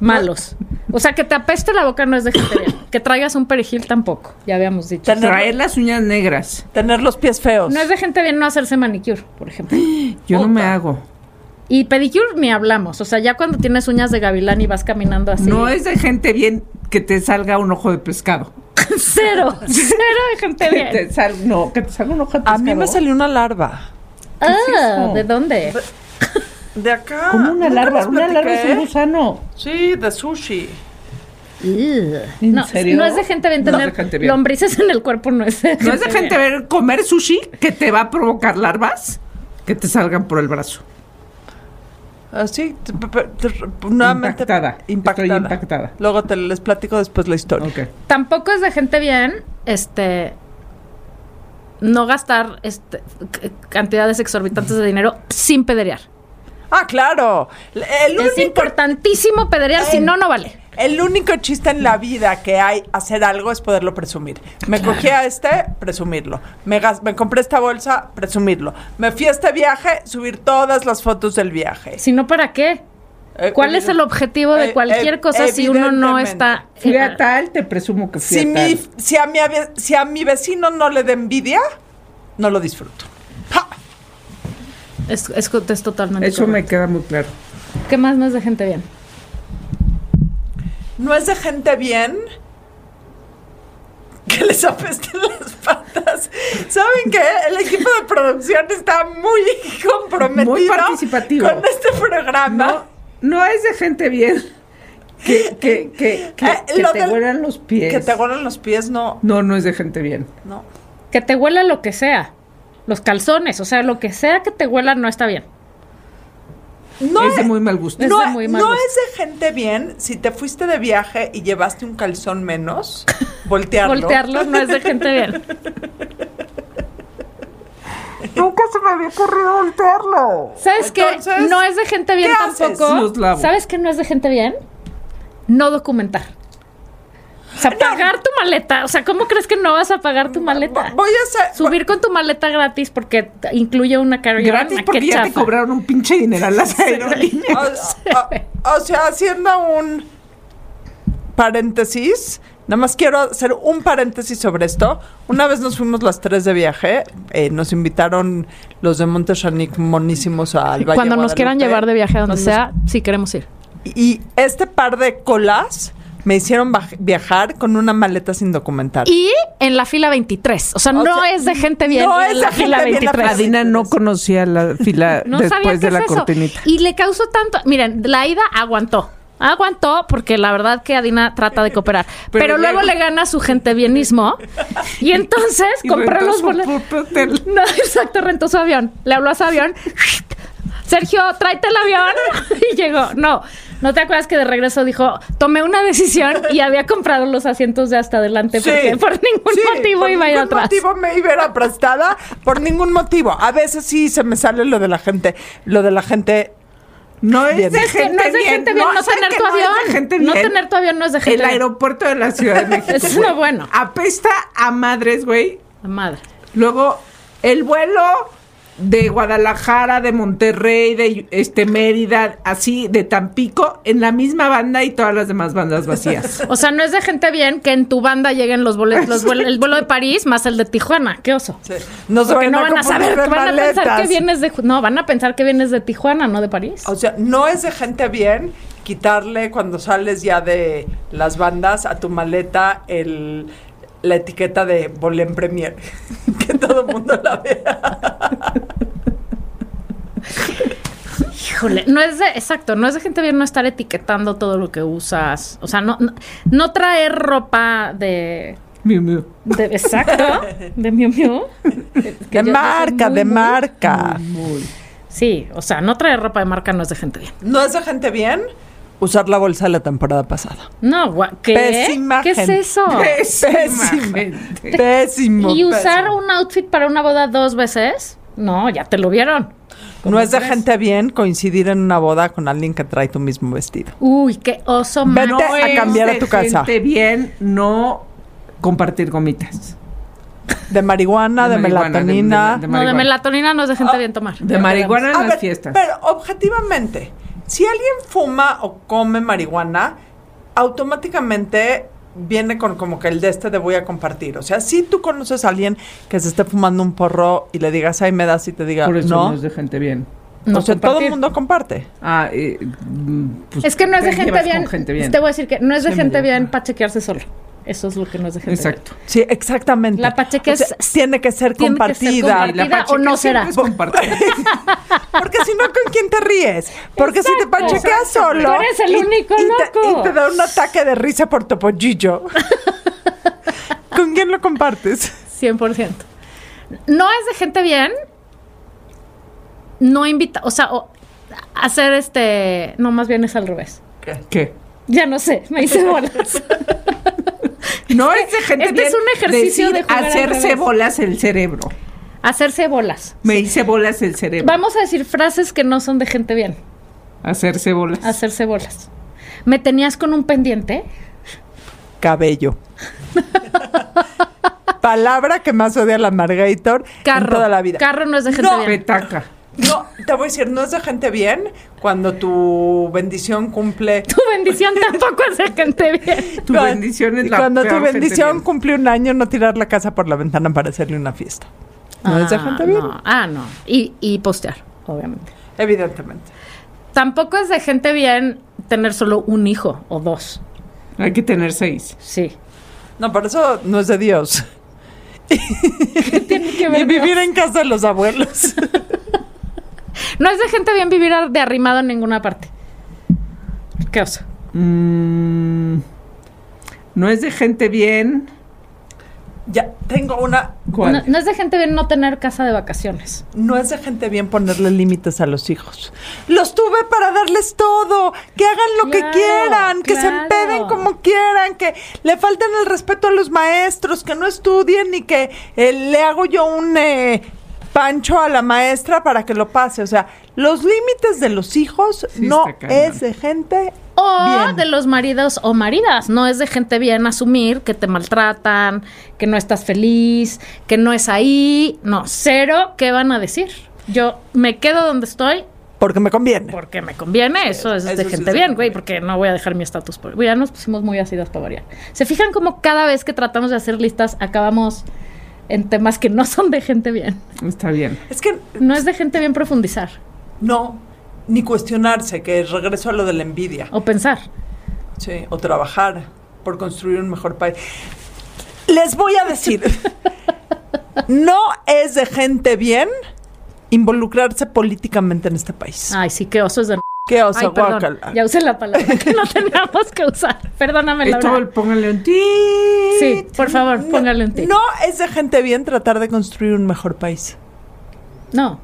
Speaker 2: malos. O sea, que te apeste la boca no es de gente bien. Que traigas un perejil tampoco, ya habíamos dicho.
Speaker 3: Tener-
Speaker 4: Traer las uñas negras.
Speaker 3: Tener los pies feos.
Speaker 2: No es de gente bien no hacerse manicure, por ejemplo.
Speaker 4: Yo
Speaker 3: Puta.
Speaker 4: no me hago.
Speaker 2: Y pedicure ni hablamos. O sea, ya cuando tienes uñas de gavilán y vas caminando así.
Speaker 4: No es de gente bien que te salga un ojo de pescado. [laughs]
Speaker 2: Cero, cero de gente
Speaker 4: Que
Speaker 2: bien.
Speaker 4: te sal- no, que te salga un ojo de pescado.
Speaker 3: A mí me salió una larva.
Speaker 2: Ah,
Speaker 4: eso?
Speaker 2: ¿de dónde?
Speaker 3: De acá.
Speaker 4: Como
Speaker 3: ¿Nunca
Speaker 4: una larva.
Speaker 3: les
Speaker 4: Una larva es
Speaker 3: platiqué?
Speaker 4: un gusano.
Speaker 3: Sí, de sushi.
Speaker 4: ¿En
Speaker 2: No,
Speaker 4: serio?
Speaker 2: no es de gente bien
Speaker 4: No es de
Speaker 2: tener
Speaker 4: gente bien.
Speaker 2: lombrices en el cuerpo, no es de
Speaker 4: No es de gente ver comer sushi que te va a provocar larvas que te salgan por el brazo.
Speaker 3: Así, Ah, t- p- p- t- nuevamente.
Speaker 4: Impactada. Estoy impactada.
Speaker 3: Luego te les platico después la historia.
Speaker 4: Ok.
Speaker 2: bien. Tampoco es de gente bien, este, no gastar este, c- cantidades exorbitantes de dinero sin pedrear.
Speaker 3: Ah, claro. El- El
Speaker 2: Es
Speaker 3: único,
Speaker 2: importantísimo pedrear, si no, no vale.
Speaker 3: el único chiste en la vida que hay hacer algo es poderlo presumir. Me cogí a este, presumirlo. Me, gas- me compré esta bolsa, presumirlo. Me fui a este viaje, subir todas las fotos del viaje.
Speaker 2: Si no, ¿para qué?
Speaker 3: Eh,
Speaker 2: ¿Cuál es el objetivo de
Speaker 3: eh,
Speaker 2: cualquier
Speaker 3: eh,
Speaker 2: cosa si uno no está... eh,
Speaker 4: Fui a tal, te presumo que fui
Speaker 3: Si,
Speaker 4: a
Speaker 3: mi,
Speaker 4: tal.
Speaker 3: si, a mi, ave- si a mi vecino no le da envidia, no lo disfruto. ¡Ja!
Speaker 2: Es, es- es totalmente...
Speaker 4: Eso me
Speaker 2: correcto.
Speaker 4: queda muy claro.
Speaker 2: ¿Qué más no es de gente bien?
Speaker 3: No es de gente bien [laughs] que les apesten las patas. ¿Saben qué? El equipo de producción está muy [laughs] comprometido
Speaker 4: Muy participativo.
Speaker 3: con este programa.
Speaker 4: No, no es de gente bien que, que, que, que-
Speaker 3: Eh,
Speaker 4: Ah, que
Speaker 3: lo
Speaker 4: te
Speaker 3: del-
Speaker 4: huelan los pies.
Speaker 3: Que te agarran los pies, no.
Speaker 4: no, no es de gente bien.
Speaker 3: No.
Speaker 2: Que te huela lo que sea. Los calzones, o sea, lo que sea que te huela no está bien.
Speaker 3: No
Speaker 4: es de muy mal gusto.
Speaker 2: es
Speaker 3: no,
Speaker 2: de muy mal
Speaker 3: no
Speaker 2: gusto.
Speaker 3: es de gente bien si te fuiste de viaje y llevaste un calzón
Speaker 2: [laughs]
Speaker 3: menos, voltearlo.
Speaker 2: Voltearlo no es de gente bien.
Speaker 4: Nunca se me había ocurrido voltearlo.
Speaker 2: ¿Sabes qué?
Speaker 3: Entonces,
Speaker 2: No es de gente bien
Speaker 3: ¿qué haces?
Speaker 2: tampoco.
Speaker 4: Los lavo.
Speaker 2: ¿Sabes qué no es de gente bien? No documentar. O sea, pagar tu maleta. O sea, ¿cómo crees que no vas a pagar tu maleta?
Speaker 3: Vo- Voy a hacer.
Speaker 2: Subir con tu maleta gratis porque te incluye una carry
Speaker 4: Gratis porque ya te cobraron un pinche dineral las aerolíneas.
Speaker 3: O, o- o sea, haciendo un paréntesis, Nada más quiero hacer un paréntesis sobre esto. Una vez nos fuimos las tres de viaje, eh, nos invitaron los de Montesanic monísimos al Valle
Speaker 2: Cuando nos
Speaker 3: Guadalupe.
Speaker 2: quieran llevar de viaje a donde
Speaker 3: Nos-
Speaker 2: sea, sí queremos ir.
Speaker 3: Y este par de colas me hicieron baj- viajar con una maleta sin documentar.
Speaker 2: Y en la fila 23. O sea, no
Speaker 3: O sea,
Speaker 2: es de gente bien.
Speaker 3: no
Speaker 2: en
Speaker 3: es
Speaker 2: la
Speaker 3: de gente
Speaker 2: fila
Speaker 3: bien, la
Speaker 2: 23.
Speaker 3: fila
Speaker 4: Adina no conocía la fila
Speaker 2: No sabía qué
Speaker 4: después de
Speaker 2: es
Speaker 4: la
Speaker 2: eso.
Speaker 4: cortinita.
Speaker 2: Y le causó tanto. Miren, la ida aguantó. Aguantó porque la verdad que Adina trata de cooperar. Pero,
Speaker 4: Pero
Speaker 2: luego
Speaker 4: luego-
Speaker 2: le gana su gente bienismo.
Speaker 4: [laughs]
Speaker 2: Y entonces
Speaker 4: Y
Speaker 2: compró
Speaker 4: rentó
Speaker 2: los
Speaker 4: su
Speaker 2: boletos.
Speaker 4: propio hotel.
Speaker 2: No, [laughs] exacto, rentó su avión. Le habló a su avión. [laughs] Sergio, tráete el avión. [laughs] Y llegó. No, ¿no te acuerdas que de regreso dijo, tomé una decisión y había comprado los asientos de hasta adelante
Speaker 3: Sí.
Speaker 2: porque por ningún
Speaker 3: Sí,
Speaker 2: motivo
Speaker 3: por
Speaker 2: iba a ir
Speaker 3: ningún
Speaker 2: atrás?
Speaker 3: motivo me iba a ir aplastada, por ningún motivo. A veces sí se me sale lo de la gente, lo de la gente
Speaker 4: No es
Speaker 3: Bien.
Speaker 4: de
Speaker 2: Es que
Speaker 4: gente
Speaker 2: no es de
Speaker 4: bien.
Speaker 2: gente bien no,
Speaker 4: sé
Speaker 2: tener
Speaker 4: que
Speaker 2: tu
Speaker 4: no es de
Speaker 2: avión.
Speaker 4: gente
Speaker 2: no
Speaker 4: bien.
Speaker 2: tener tu avión no es de gente
Speaker 4: El
Speaker 2: bien.
Speaker 4: aeropuerto de la Ciudad de [laughs] México.
Speaker 2: Eso es
Speaker 4: güey.
Speaker 2: lo bueno.
Speaker 4: Apesta a madres, güey.
Speaker 2: La Madre.
Speaker 4: Luego, el vuelo de Guadalajara, de Monterrey, de este Mérida, así, de Tampico, en la misma banda y todas las demás bandas vacías.
Speaker 2: O sea, no es de gente bien que en tu banda lleguen los boletos, los vuel- el vuelo de París más el de Tijuana. Qué oso.
Speaker 3: no se
Speaker 2: Porque
Speaker 3: vayan
Speaker 2: no van a
Speaker 3: confundir
Speaker 2: saber,
Speaker 3: de
Speaker 2: que van a pensar que
Speaker 3: maletas. Oh,
Speaker 2: vienes de, no, van a pensar que vienes de Tijuana, no de París.
Speaker 3: O sea, no es de gente bien quitarle cuando sales ya de las bandas a tu maleta el la etiqueta de Bolén Premier. [laughs] que todo el mundo la vea.
Speaker 2: Híjole, no es de, exacto, no es de gente bien no estar etiquetando todo lo que usas. O sea, no, no, no traer ropa de,
Speaker 4: [laughs] Miu, miu.
Speaker 2: de- exacto, de Miu Miu. Que yo- yo
Speaker 3: De
Speaker 2: soy
Speaker 3: marca,
Speaker 2: muy,
Speaker 3: de
Speaker 2: muy-
Speaker 3: marca.
Speaker 2: Sí, o sea, no traer ropa de marca no es de gente bien.
Speaker 3: No es de gente bien usar la bolsa de la temporada pasada.
Speaker 2: No, gua- ¿qué?
Speaker 3: Pésima
Speaker 2: ¿Qué es
Speaker 3: gente.
Speaker 2: eso?
Speaker 4: Pésima
Speaker 3: Pésimo.
Speaker 4: gente.
Speaker 3: Pésimo.
Speaker 2: Y usar
Speaker 3: pésimo.
Speaker 2: un outfit para una boda dos veces, no, ya te lo vieron.
Speaker 3: No es de gente bien coincidir en una boda con alguien que trae tu mismo vestido.
Speaker 2: Uy, qué oso
Speaker 3: Vete
Speaker 2: malo.
Speaker 3: a
Speaker 4: es
Speaker 3: cambiar a tu
Speaker 4: de
Speaker 3: casa.
Speaker 4: Gente bien, no compartir gomitas.
Speaker 3: De marihuana, de,
Speaker 4: De marihuana, de-
Speaker 3: melatonina.
Speaker 4: de-
Speaker 2: No, de
Speaker 4: marihuana. Ah,
Speaker 2: melatonina no es de gente bien tomar.
Speaker 4: De marihuana en
Speaker 3: A
Speaker 4: las
Speaker 3: ver,
Speaker 4: fiestas.
Speaker 3: Pero objetivamente, si alguien fuma o come marihuana, automáticamente viene con como que el de este de voy a compartir. O sea, si tú conoces a alguien que se esté fumando un porro y le digas, ay, me das y te diga,
Speaker 4: Por eso no.
Speaker 3: no.
Speaker 4: es de gente bien.
Speaker 2: No
Speaker 3: o sea, todo
Speaker 2: compartir.
Speaker 3: el mundo comparte.
Speaker 4: Ah, eh, mm, pues,
Speaker 2: Es que no es de
Speaker 4: te
Speaker 2: gente
Speaker 4: llevas
Speaker 2: bien,
Speaker 4: con gente bien.
Speaker 2: Te voy a decir que no es de
Speaker 4: Sí, me
Speaker 2: gente
Speaker 4: llevo.
Speaker 2: bien pachequearse solo. Eso es lo que no es de gente
Speaker 4: Exacto.
Speaker 3: Sí, exactamente.
Speaker 2: La pacheca
Speaker 3: O sea,
Speaker 2: es-
Speaker 3: tiene que ser
Speaker 2: tiene que ser
Speaker 3: compartida.
Speaker 2: compartida.
Speaker 4: La
Speaker 2: Partida o no
Speaker 4: pacheca
Speaker 2: será.
Speaker 4: siempre es compartida.
Speaker 3: Porque si no, ¿con quién te ríes? Porque si te
Speaker 2: Exacto.
Speaker 3: pachequeas
Speaker 2: Exacto.
Speaker 3: solo.
Speaker 2: Tú eres el único
Speaker 3: y Te,
Speaker 2: loco.
Speaker 3: y te da un ataque de risa por
Speaker 2: [laughs]
Speaker 3: tu pollillo. ¿Con quién lo compartes?
Speaker 2: bien. 100%. No es de gente bien no invita, o sea, o- hacer este, no, más bien es al revés.
Speaker 4: ¿Qué?
Speaker 2: Ya no sé, me hice
Speaker 4: [laughs]
Speaker 2: bolas.
Speaker 4: No es de gente
Speaker 2: este
Speaker 4: bien.
Speaker 2: es un ejercicio
Speaker 4: decir
Speaker 2: de jugar al
Speaker 4: hacerse
Speaker 2: revés.
Speaker 4: bolas el cerebro.
Speaker 2: Hacerse bolas.
Speaker 4: Me hice bolas el cerebro.
Speaker 2: Vamos a decir frases que no son de gente bien.
Speaker 4: Hacerse bolas.
Speaker 2: Hacerse bolas. Me tenías con un pendiente.
Speaker 3: Cabello. Palabra que más odia la Margator
Speaker 2: Carro.
Speaker 3: en toda la vida.
Speaker 2: Carro no es de gente
Speaker 3: No.
Speaker 2: bien.
Speaker 4: Petaca.
Speaker 3: No, te voy a decir, no es de gente bien cuando tu bendición
Speaker 2: [laughs]
Speaker 3: cumple.
Speaker 2: Tu bendición tampoco es de gente bien.
Speaker 4: Tu bendición es la
Speaker 3: Cuando tu
Speaker 4: peor gente
Speaker 3: bendición
Speaker 4: bien.
Speaker 3: cumple un año, no tirar la casa por la ventana para hacerle una fiesta. No es de gente bien.
Speaker 2: no. Ah, no. Y, y postear, obviamente.
Speaker 3: Evidentemente.
Speaker 2: Tampoco es de gente bien tener solo un hijo o dos.
Speaker 4: Hay que tener seis.
Speaker 2: Sí.
Speaker 3: No, por eso no es de Dios.
Speaker 2: Tiene que
Speaker 3: Ni
Speaker 2: ver, ¿no?
Speaker 3: vivir en casa de los
Speaker 4: [laughs]
Speaker 3: abuelos.
Speaker 2: No es de gente bien vivir ar- de arrimado en ninguna parte. Qué oso.
Speaker 4: Mm, no es de gente bien.
Speaker 3: ya, tengo una.
Speaker 4: ¿Cuál?
Speaker 2: No, no es de gente bien no tener casa de vacaciones.
Speaker 3: No es de gente bien ponerle límites a los hijos. Los tuve para darles todo. Que hagan lo
Speaker 2: Claro,
Speaker 3: que quieran. Que se
Speaker 2: claro.
Speaker 3: empeden como quieran. Que le falten el respeto a los maestros. Que no estudien y que eh, le hago yo un eh, pancho a la maestra para que lo pase. O sea, los límites de los hijos
Speaker 4: Sí,
Speaker 3: no
Speaker 4: está cañón.
Speaker 3: es de gente
Speaker 2: O
Speaker 3: bien.
Speaker 2: de los maridos o maridas. No es de gente bien asumir que te maltratan, que no estás feliz, que no es ahí. No, cero. ¿Qué van a decir? Yo me quedo donde estoy
Speaker 3: Porque me conviene.
Speaker 2: Porque me conviene, eso, es
Speaker 3: Eso
Speaker 2: de
Speaker 3: sí
Speaker 2: gente
Speaker 3: es de
Speaker 2: bien,
Speaker 3: gente
Speaker 2: güey,
Speaker 3: bien.
Speaker 2: porque no voy a dejar mi estatus. por- güey, Ya nos pusimos muy ácidas para variar. ¿Se fijan cómo cada vez que tratamos de hacer listas acabamos en temas que no son de gente bien?
Speaker 4: Está bien.
Speaker 3: Es que
Speaker 2: No es de gente bien profundizar
Speaker 3: no, ni cuestionarse, que regreso a lo de la envidia.
Speaker 2: o pensar.
Speaker 3: Sí, o trabajar por construir un mejor país. Les voy
Speaker 2: [laughs]
Speaker 3: a decir, no es de gente bien involucrarse políticamente en este país.
Speaker 2: Ay, sí, qué oso es de...
Speaker 3: Qué oso,
Speaker 2: Ah, Ay, perdón,
Speaker 3: guácala.
Speaker 2: ya usé la palabra que no [laughs] teníamos que usar. Perdóname, la
Speaker 4: Esto, póngale un ti.
Speaker 2: Sí, por favor, póngale un tic.
Speaker 3: No es de gente bien tratar de construir un mejor país.
Speaker 2: No.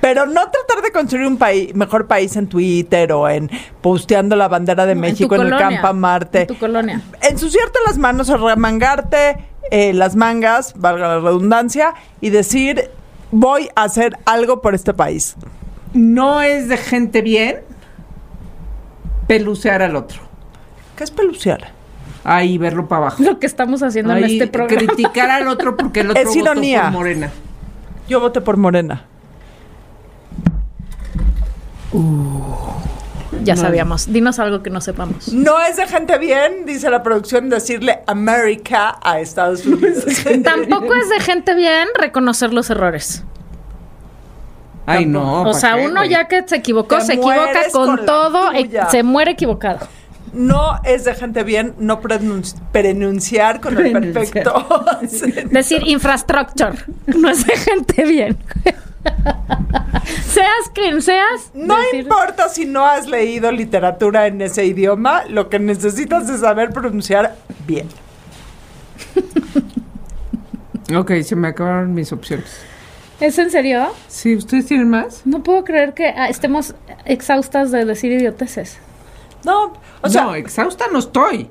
Speaker 3: Pero no tratar de construir un país, mejor país en Twitter o en posteando la bandera de
Speaker 2: No, en tu
Speaker 3: México en,
Speaker 2: colonia,
Speaker 3: el Campa Marte.
Speaker 2: En tu colonia.
Speaker 3: ensuciarte las manos, arremangarte eh, las mangas, valga la redundancia, y decir, voy a hacer algo por este país.
Speaker 4: No es de gente bien pelucear al otro.
Speaker 3: ¿Qué es peluciar?
Speaker 4: Ahí verlo para abajo.
Speaker 2: Lo que estamos haciendo en
Speaker 4: Ahí
Speaker 2: este programa.
Speaker 4: criticar al otro porque [laughs] el otro
Speaker 3: Es ironía.
Speaker 4: votó por Morena.
Speaker 3: Yo voté por Morena.
Speaker 2: [laughs] Ya sabíamos. Dinos algo que no
Speaker 3: [laughs]
Speaker 2: sepamos.
Speaker 3: No es de gente bien, dice la producción, decirle América a Estados Unidos.
Speaker 2: Tampoco es de gente bien reconocer los errores.
Speaker 4: Ay, no.
Speaker 2: o
Speaker 4: ¿pa'
Speaker 2: sea,
Speaker 4: qué,
Speaker 2: uno
Speaker 4: güey?
Speaker 2: ya que se equivocó,
Speaker 3: Te
Speaker 2: se equivoca
Speaker 3: mueres
Speaker 2: con,
Speaker 3: con la
Speaker 2: todo, y
Speaker 3: tuya.
Speaker 2: se muere equivocado.
Speaker 3: No es de gente bien no prenunci- pronunciar con el
Speaker 4: Pronunciar.
Speaker 3: perfecto.
Speaker 2: Decir
Speaker 3: [laughs]
Speaker 2: infrastructure. No es de gente bien. [laughs] seas quien seas.
Speaker 3: No
Speaker 2: decir-
Speaker 3: importa si no has leído literatura en ese idioma, lo que necesitas es saber pronunciar bien.
Speaker 4: Ok, se me acabaron mis opciones.
Speaker 2: ¿Es en serio?
Speaker 4: Sí, ¿ustedes tienen más?
Speaker 2: No puedo creer que ah, estemos exhaustas de decir idioteces.
Speaker 3: No, o sea,
Speaker 4: no, exhausta no estoy.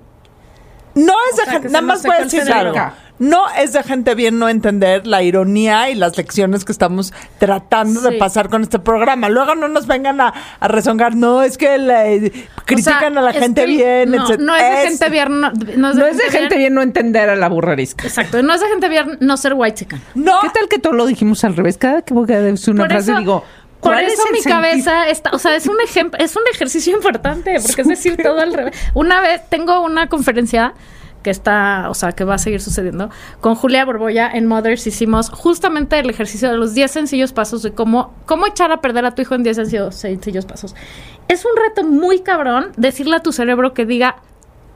Speaker 3: No es de
Speaker 2: sea, que
Speaker 3: gente,
Speaker 2: se
Speaker 3: nada
Speaker 2: nos
Speaker 3: más
Speaker 2: secó
Speaker 3: voy a
Speaker 2: el
Speaker 3: decir
Speaker 2: cerebro.
Speaker 3: algo. No es de gente bien no entender la ironía y las lecciones que estamos tratando
Speaker 2: Sí.
Speaker 3: de pasar con este programa. Luego no nos vengan a, a rezongar, no, es que le- eh, critican
Speaker 2: O sea,
Speaker 3: a la
Speaker 2: es
Speaker 3: gente
Speaker 2: que
Speaker 3: bien,
Speaker 2: No,
Speaker 3: etc.
Speaker 2: no es de gente bien. No, no es de,
Speaker 4: No es de gente bien no entender a la burrarisca. Oh.
Speaker 2: Exacto. No es de gente bien no ser white chicken.
Speaker 3: No,
Speaker 4: ¿Qué tal que todo lo dijimos al revés? Cada que voy a decir una
Speaker 2: Por
Speaker 4: frase
Speaker 2: eso-
Speaker 4: digo,
Speaker 2: Por
Speaker 4: ¿cuál es
Speaker 2: eso
Speaker 4: el
Speaker 2: mi
Speaker 4: sentido?
Speaker 2: cabeza está, o sea, es un ejemplo, es un ejercicio importante, porque es decir todo al
Speaker 4: [laughs]
Speaker 2: revés. Una vez tengo una conferencia que está, o sea, que va a seguir sucediendo, con Julia Borboya en Mothers hicimos justamente el ejercicio de los 10 sencillos pasos de cómo, cómo echar a perder a tu hijo en 10 sencillos, sencillos pasos. Es un reto muy cabrón decirle a tu cerebro que diga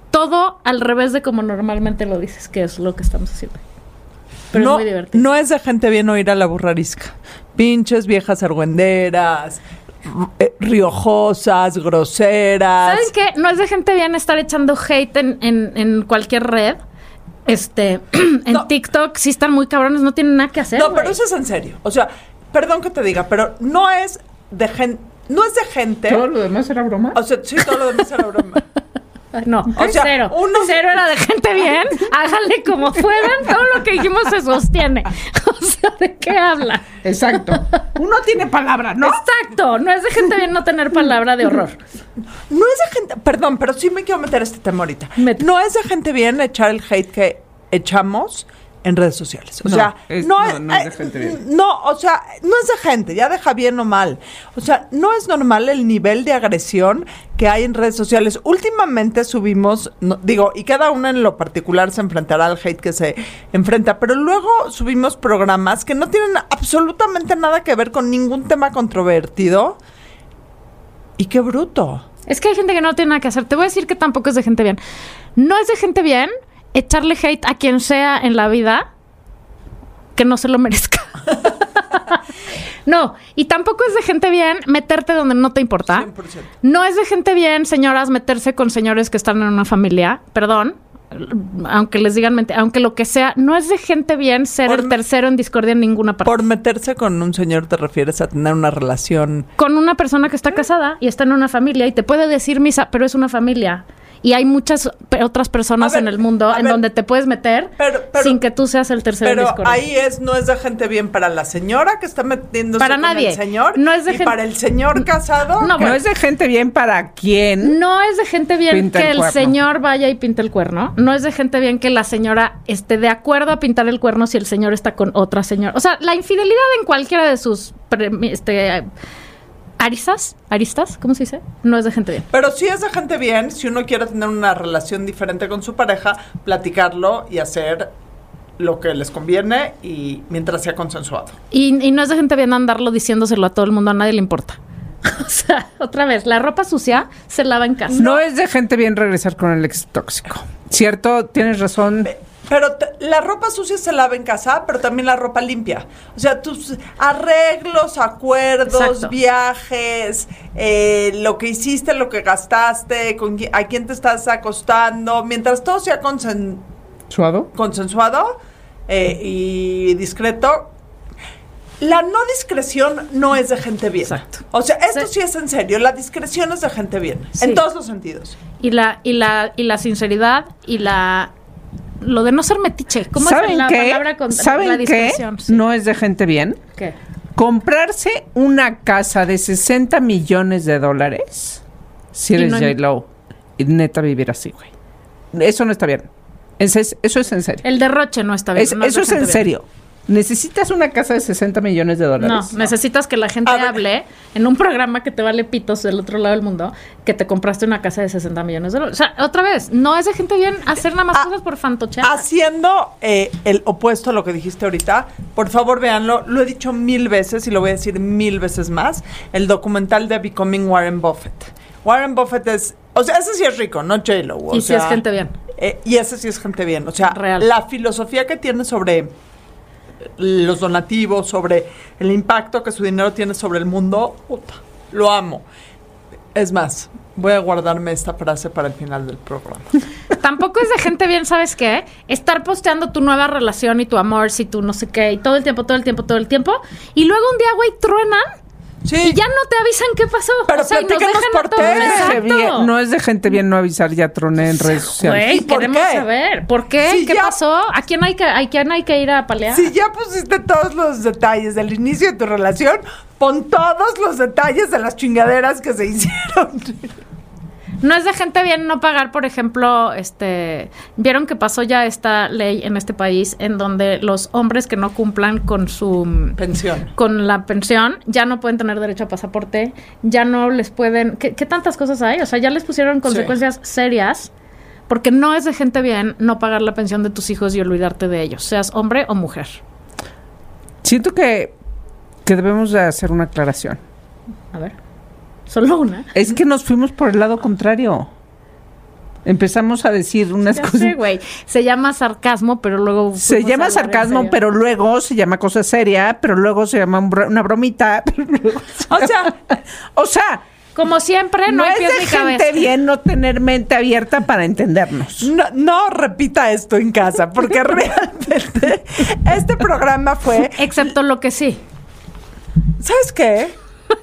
Speaker 2: todo al revés de como normalmente lo dices, que es lo que estamos haciendo. Pero
Speaker 3: no,
Speaker 2: es muy divertido.
Speaker 3: no es de gente bien oír a la burrarisca. Pinches viejas argüenderas, eh, riojosas, groseras.
Speaker 2: ¿Saben qué? No es de gente bien estar echando hate en, en- en cualquier red. Este, [clears throat] en
Speaker 3: No.
Speaker 2: TikTok sí están muy cabrones, no tienen nada que hacer.
Speaker 3: No,
Speaker 2: güey.
Speaker 3: pero eso es en serio. O sea, perdón que te diga, pero no es de gente, no es de gente.
Speaker 4: Todo lo demás era broma.
Speaker 3: O sea, sí, todo lo demás era broma.
Speaker 2: Ay, No,
Speaker 3: O sea,
Speaker 2: cero.
Speaker 3: uno-
Speaker 2: Cero era de gente bien.
Speaker 3: [laughs]
Speaker 2: Háganle como puedan, todo lo que dijimos se sostiene. [laughs] O sea, ¿de qué habla?
Speaker 4: Exacto. [laughs] Uno tiene palabra, ¿no?
Speaker 2: Exacto, no es de gente bien no tener palabra de horror.
Speaker 3: No es de gente, perdón, pero sí me quiero meter este tema ahorita.
Speaker 2: Mete.
Speaker 3: No es de gente bien echar el hate que echamos en redes sociales. O
Speaker 4: No,
Speaker 3: sea,
Speaker 4: es-
Speaker 3: no,
Speaker 4: no,
Speaker 3: es,
Speaker 4: no es de
Speaker 3: eh,
Speaker 4: gente bien.
Speaker 3: No, o sea, no es de gente, ya deja bien o mal. O sea, no es normal el nivel de agresión que hay en redes sociales. Últimamente subimos, no- digo, y cada uno en lo particular se enfrentará al hate que se enfrenta, pero luego subimos programas que no tienen absolutamente nada que ver con ningún tema controvertido. Y qué bruto.
Speaker 2: Es que hay gente que no tiene nada que hacer. Te voy a decir que tampoco es de gente bien. No es de gente bien echarle hate a quien sea en la vida que no se lo merezca. [laughs] no, y tampoco es de gente bien meterte donde no te importa.
Speaker 3: 100%.
Speaker 2: No es de gente bien, señoras, meterse con señores que están en una familia. Perdón. Aunque les digan, mente- aunque lo que sea, no es de gente bien ser
Speaker 3: Por-
Speaker 2: el tercero en discordia en ninguna parte.
Speaker 3: Por meterse con un señor te refieres a tener una relación.
Speaker 2: con una persona que
Speaker 3: Ah.
Speaker 2: está casada y está en una familia y te puede decir misa, pero es una familia. Y hay muchas pe- otras personas
Speaker 3: A ver,
Speaker 2: en el mundo
Speaker 3: a
Speaker 2: en
Speaker 3: ver.
Speaker 2: donde te puedes meter
Speaker 3: Pero- pero-
Speaker 2: sin que tú seas el tercero en
Speaker 3: Pero
Speaker 2: discordia.
Speaker 3: ahí es, no es de gente bien para la señora que está metiéndose
Speaker 2: Para
Speaker 3: con
Speaker 2: nadie.
Speaker 3: el señor.
Speaker 2: No es de
Speaker 3: y
Speaker 2: gen-
Speaker 3: para el señor casado.
Speaker 2: No, bueno.
Speaker 4: No es de gente bien para quién.
Speaker 2: No es de gente bien
Speaker 4: Pinta
Speaker 2: que
Speaker 4: el
Speaker 2: el,
Speaker 4: cuerno.
Speaker 2: señor vaya y pinte el cuerno. No es de gente bien que la señora esté de acuerdo a pintar el cuerno si el señor está con otra señora. O sea, la infidelidad en cualquiera de sus pre- este, aristas, aristas, ¿cómo se dice? No es de gente bien.
Speaker 3: Pero sí es de gente bien, si uno quiere tener una relación diferente con su pareja, platicarlo y hacer lo que les conviene y mientras sea consensuado.
Speaker 2: Y, y no es de gente bien andarlo diciéndoselo a todo el mundo, a nadie le importa. [laughs] O sea, otra vez, la ropa sucia se lava en casa.
Speaker 4: No es de gente bien regresar con el ex tóxico. Cierto, tienes razón.
Speaker 3: Pero te- la ropa sucia se lava en casa, pero también la ropa limpia. O sea, tus arreglos, acuerdos,
Speaker 2: Exacto.
Speaker 3: viajes, eh, lo que hiciste, lo que gastaste, con qui- a quién te estás acostando, mientras todo sea consen-
Speaker 4: ¿Suado?
Speaker 3: consensuado eh, y discreto. La no discreción no es de gente bien.
Speaker 2: Exacto.
Speaker 3: O sea, esto
Speaker 2: Sí.
Speaker 3: sí es en serio. La discreción es de gente bien.
Speaker 2: Sí.
Speaker 3: En todos los sentidos.
Speaker 2: Y la, y la, y la sinceridad y la lo de no ser metiche. ¿Cómo es
Speaker 4: ¿Saben
Speaker 2: la
Speaker 4: qué?
Speaker 2: palabra con
Speaker 4: ¿Saben
Speaker 2: la
Speaker 4: qué?
Speaker 2: discreción? Sí.
Speaker 4: No es de gente bien.
Speaker 2: ¿Qué?
Speaker 4: Comprarse una casa de 60 millones de dólares si
Speaker 2: Y
Speaker 4: eres
Speaker 2: no-
Speaker 4: J-Lo y neta vivir así, güey. Eso no está bien. Ese es- eso es en serio.
Speaker 2: El derroche no está bien.
Speaker 4: Es-
Speaker 2: no
Speaker 4: eso
Speaker 2: de
Speaker 4: es en
Speaker 2: gente bien.
Speaker 4: serio. ¿Necesitas una casa de 60 millones de
Speaker 2: No,
Speaker 4: dólares?
Speaker 2: necesitas que la gente
Speaker 3: A ver.
Speaker 2: hable en un programa que te vale pitos del otro lado del mundo que te compraste una casa de 60 millones de dólares. O sea, otra vez, no es de gente bien hacer nada más
Speaker 3: Ah,
Speaker 2: cosas por fantochear.
Speaker 3: Haciendo eh, el opuesto a lo que dijiste ahorita, por favor véanlo, lo he dicho mil veces y lo voy a decir mil veces más, el documental de Becoming Warren Buffett. Warren Buffett es, o sea, ese sí es rico, no J-Lo. o
Speaker 2: Y sí es
Speaker 3: sea,
Speaker 2: gente bien.
Speaker 3: eh, y ese sí es gente bien, o sea,
Speaker 2: Real.
Speaker 3: la filosofía que tiene sobre los donativos, sobre el impacto que su dinero tiene sobre el mundo, puta, lo amo. Es más, voy a guardarme esta frase para el final
Speaker 2: [laughs]
Speaker 3: del programa.
Speaker 2: Tampoco es de gente bien, ¿sabes qué? Estar posteando tu nueva relación y tu amor, si tú no sé qué, y todo el tiempo, todo el tiempo, todo el tiempo. Y luego un día, güey, truenan
Speaker 3: Sí.
Speaker 2: y ya no te avisan qué pasó.
Speaker 3: Pero
Speaker 2: o sea, y nos
Speaker 3: platícanos
Speaker 2: dejan a
Speaker 3: por
Speaker 2: todos-
Speaker 3: qué.
Speaker 4: No es, de
Speaker 2: Exacto.
Speaker 4: bien- no es de gente bien no avisar, ya troné en redes sociales.
Speaker 2: Güey,
Speaker 3: ¿Y por
Speaker 2: queremos
Speaker 3: qué?
Speaker 2: saber. ¿Por qué?
Speaker 3: Si
Speaker 2: ¿Qué
Speaker 3: ya-
Speaker 2: pasó? ¿A quién, hay que, ¿A quién hay que ir a palear?
Speaker 3: Si ya pusiste todos los detalles del inicio de tu relación, pon todos los detalles de las chingaderas que se hicieron.
Speaker 2: No es de gente bien no pagar, por ejemplo, este, vieron que pasó ya esta ley en este país en donde los hombres que no cumplan con su
Speaker 3: [laughs] Pensión.
Speaker 2: con la pensión ya no pueden tener derecho a pasaporte, ya no les pueden, ¿qué, qué tantas cosas hay? O sea, ya les pusieron consecuencias serias porque no es de gente bien no pagar la pensión de tus hijos y olvidarte de ellos, seas hombre o mujer.
Speaker 4: Siento que, que debemos de hacer una aclaración.
Speaker 2: A ver. Solo una.
Speaker 4: Es que nos fuimos por el lado contrario. Empezamos a decir unas
Speaker 2: Ya
Speaker 4: cosas.
Speaker 2: sé, güey. Se llama sarcasmo, pero luego
Speaker 4: se
Speaker 2: fuimos
Speaker 4: llama
Speaker 2: algo bien
Speaker 4: sarcasmo,
Speaker 2: serio.
Speaker 4: pero luego se llama cosa seria, pero luego se llama un bro- una bromita. [laughs] pero luego- o sea, o sea,
Speaker 2: como siempre no,
Speaker 4: no,
Speaker 2: hay
Speaker 4: es
Speaker 2: pies
Speaker 4: de
Speaker 2: ni
Speaker 4: gente
Speaker 2: cabeza.
Speaker 4: bien no tener mente abierta para entendernos.
Speaker 3: No, no repita esto en casa, [laughs] porque realmente este programa fue.
Speaker 2: Excepto lo que sí. [laughs]
Speaker 3: ¿Sabes qué?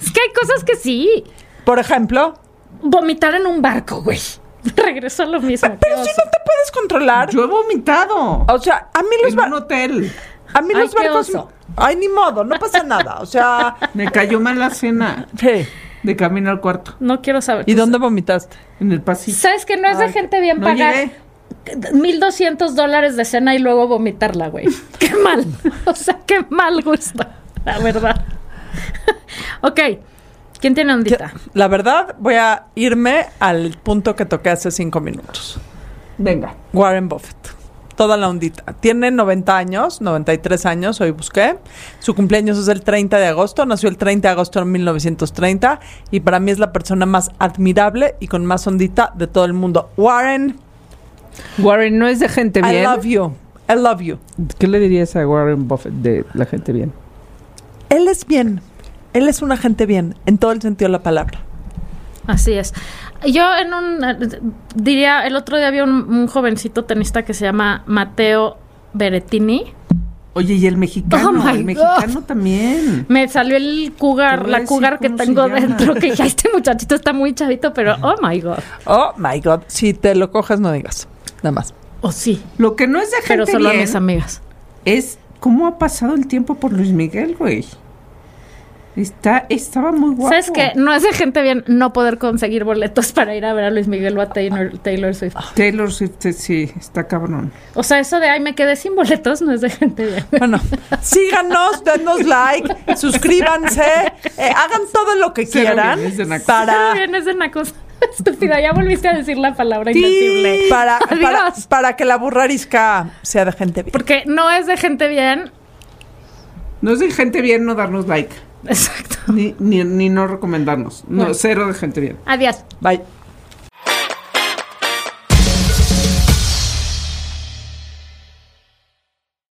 Speaker 2: Es que hay cosas que sí.
Speaker 3: Por ejemplo,
Speaker 2: Vomitar en un barco, güey. [laughs] Regreso a lo mismo.
Speaker 3: pero
Speaker 2: qué
Speaker 3: si
Speaker 2: oso.
Speaker 3: no te puedes controlar.
Speaker 4: Yo he vomitado
Speaker 3: O sea, a mí los,
Speaker 4: en
Speaker 3: bar-
Speaker 4: un hotel.
Speaker 3: a mí
Speaker 2: Ay,
Speaker 3: los
Speaker 2: qué
Speaker 3: barcos.
Speaker 2: oso.
Speaker 3: Ay, ni modo, no pasa nada. O sea.
Speaker 4: Me cayó mal la cena
Speaker 3: [laughs] sí.
Speaker 4: de camino al cuarto,
Speaker 2: No quiero saber.
Speaker 3: ¿Y dónde vomitaste?
Speaker 4: en el pasillo.
Speaker 2: ¿Sabes que no es de gente bien
Speaker 4: no
Speaker 2: pagar
Speaker 4: llegué.
Speaker 2: 1200 dólares de cena y luego vomitarla,
Speaker 4: [laughs]
Speaker 2: güey? Qué mal. O sea, qué mal gusto. La verdad. [laughs] ok. ¿Quién tiene ondita?
Speaker 3: La verdad, voy a irme al punto que toqué hace cinco minutos.
Speaker 4: Venga.
Speaker 3: Warren Buffett. Toda la ondita. Tiene 90 años, 93 años, hoy busqué. Su cumpleaños es el 30 de agosto, nació el 30 de agosto de 1930 y para mí es la persona más admirable y con más ondita de todo el mundo. Warren,
Speaker 4: Warren no es de gente
Speaker 3: I
Speaker 4: bien.
Speaker 3: love you. I love you.
Speaker 4: ¿Qué le dirías a Warren Buffett de la gente bien?
Speaker 3: Él es bien. Él es una gente bien, en todo el sentido de la palabra.
Speaker 2: Así es. Yo en un eh, diría, el otro día había un, un jovencito tenista que se llama Mateo Berettini.
Speaker 4: Oye, y el mexicano,
Speaker 2: Oh my
Speaker 4: el
Speaker 2: God.
Speaker 4: mexicano también.
Speaker 2: Me salió el
Speaker 4: Te
Speaker 2: cougar,
Speaker 4: voy a
Speaker 2: la
Speaker 4: decir
Speaker 2: cougar que
Speaker 4: cómo se
Speaker 2: tengo
Speaker 4: llama.
Speaker 2: dentro, que ya este muchachito está muy chavito, pero oh my god.
Speaker 3: Oh my God. Si te lo coges, no digas. Nada más.
Speaker 2: O sí,
Speaker 4: Lo que no es de Oh, gente
Speaker 2: pero solo a
Speaker 4: bien
Speaker 2: mis amigas.
Speaker 4: es cómo ha pasado el tiempo por Luis Miguel, güey. Está, estaba muy guapo.
Speaker 2: ¿Sabes qué? No es de gente bien no poder conseguir boletos [laughs] para ir a ver a Luis Miguel o a Taylor, Taylor Swift.
Speaker 3: Ah.
Speaker 4: Taylor Swift, sí, está cabrón.
Speaker 2: O sea, eso de ay, me quedé sin boletos no es de gente
Speaker 3: [laughs]
Speaker 2: bien.
Speaker 3: Bueno, síganos, denos like, suscríbanse, eh, hagan todo lo que
Speaker 4: Cero
Speaker 3: quieran
Speaker 4: bienes de
Speaker 2: [laughs] Eso
Speaker 4: nacos.
Speaker 3: para,
Speaker 2: bien es de una cosa [laughs] estúpida. Ya volviste a decir la palabra
Speaker 3: Sí,
Speaker 2: invencible. [laughs]
Speaker 3: para, para,
Speaker 2: Adiós.
Speaker 3: para que la burrarisca sea de gente bien.
Speaker 2: Porque no es de gente bien. [laughs]
Speaker 4: No es de gente bien no darnos like,
Speaker 2: Exacto.
Speaker 4: ni, ni, ni no recomendarnos. No,
Speaker 2: Bueno.
Speaker 4: cero de gente bien.
Speaker 2: Adiós.
Speaker 3: Bye.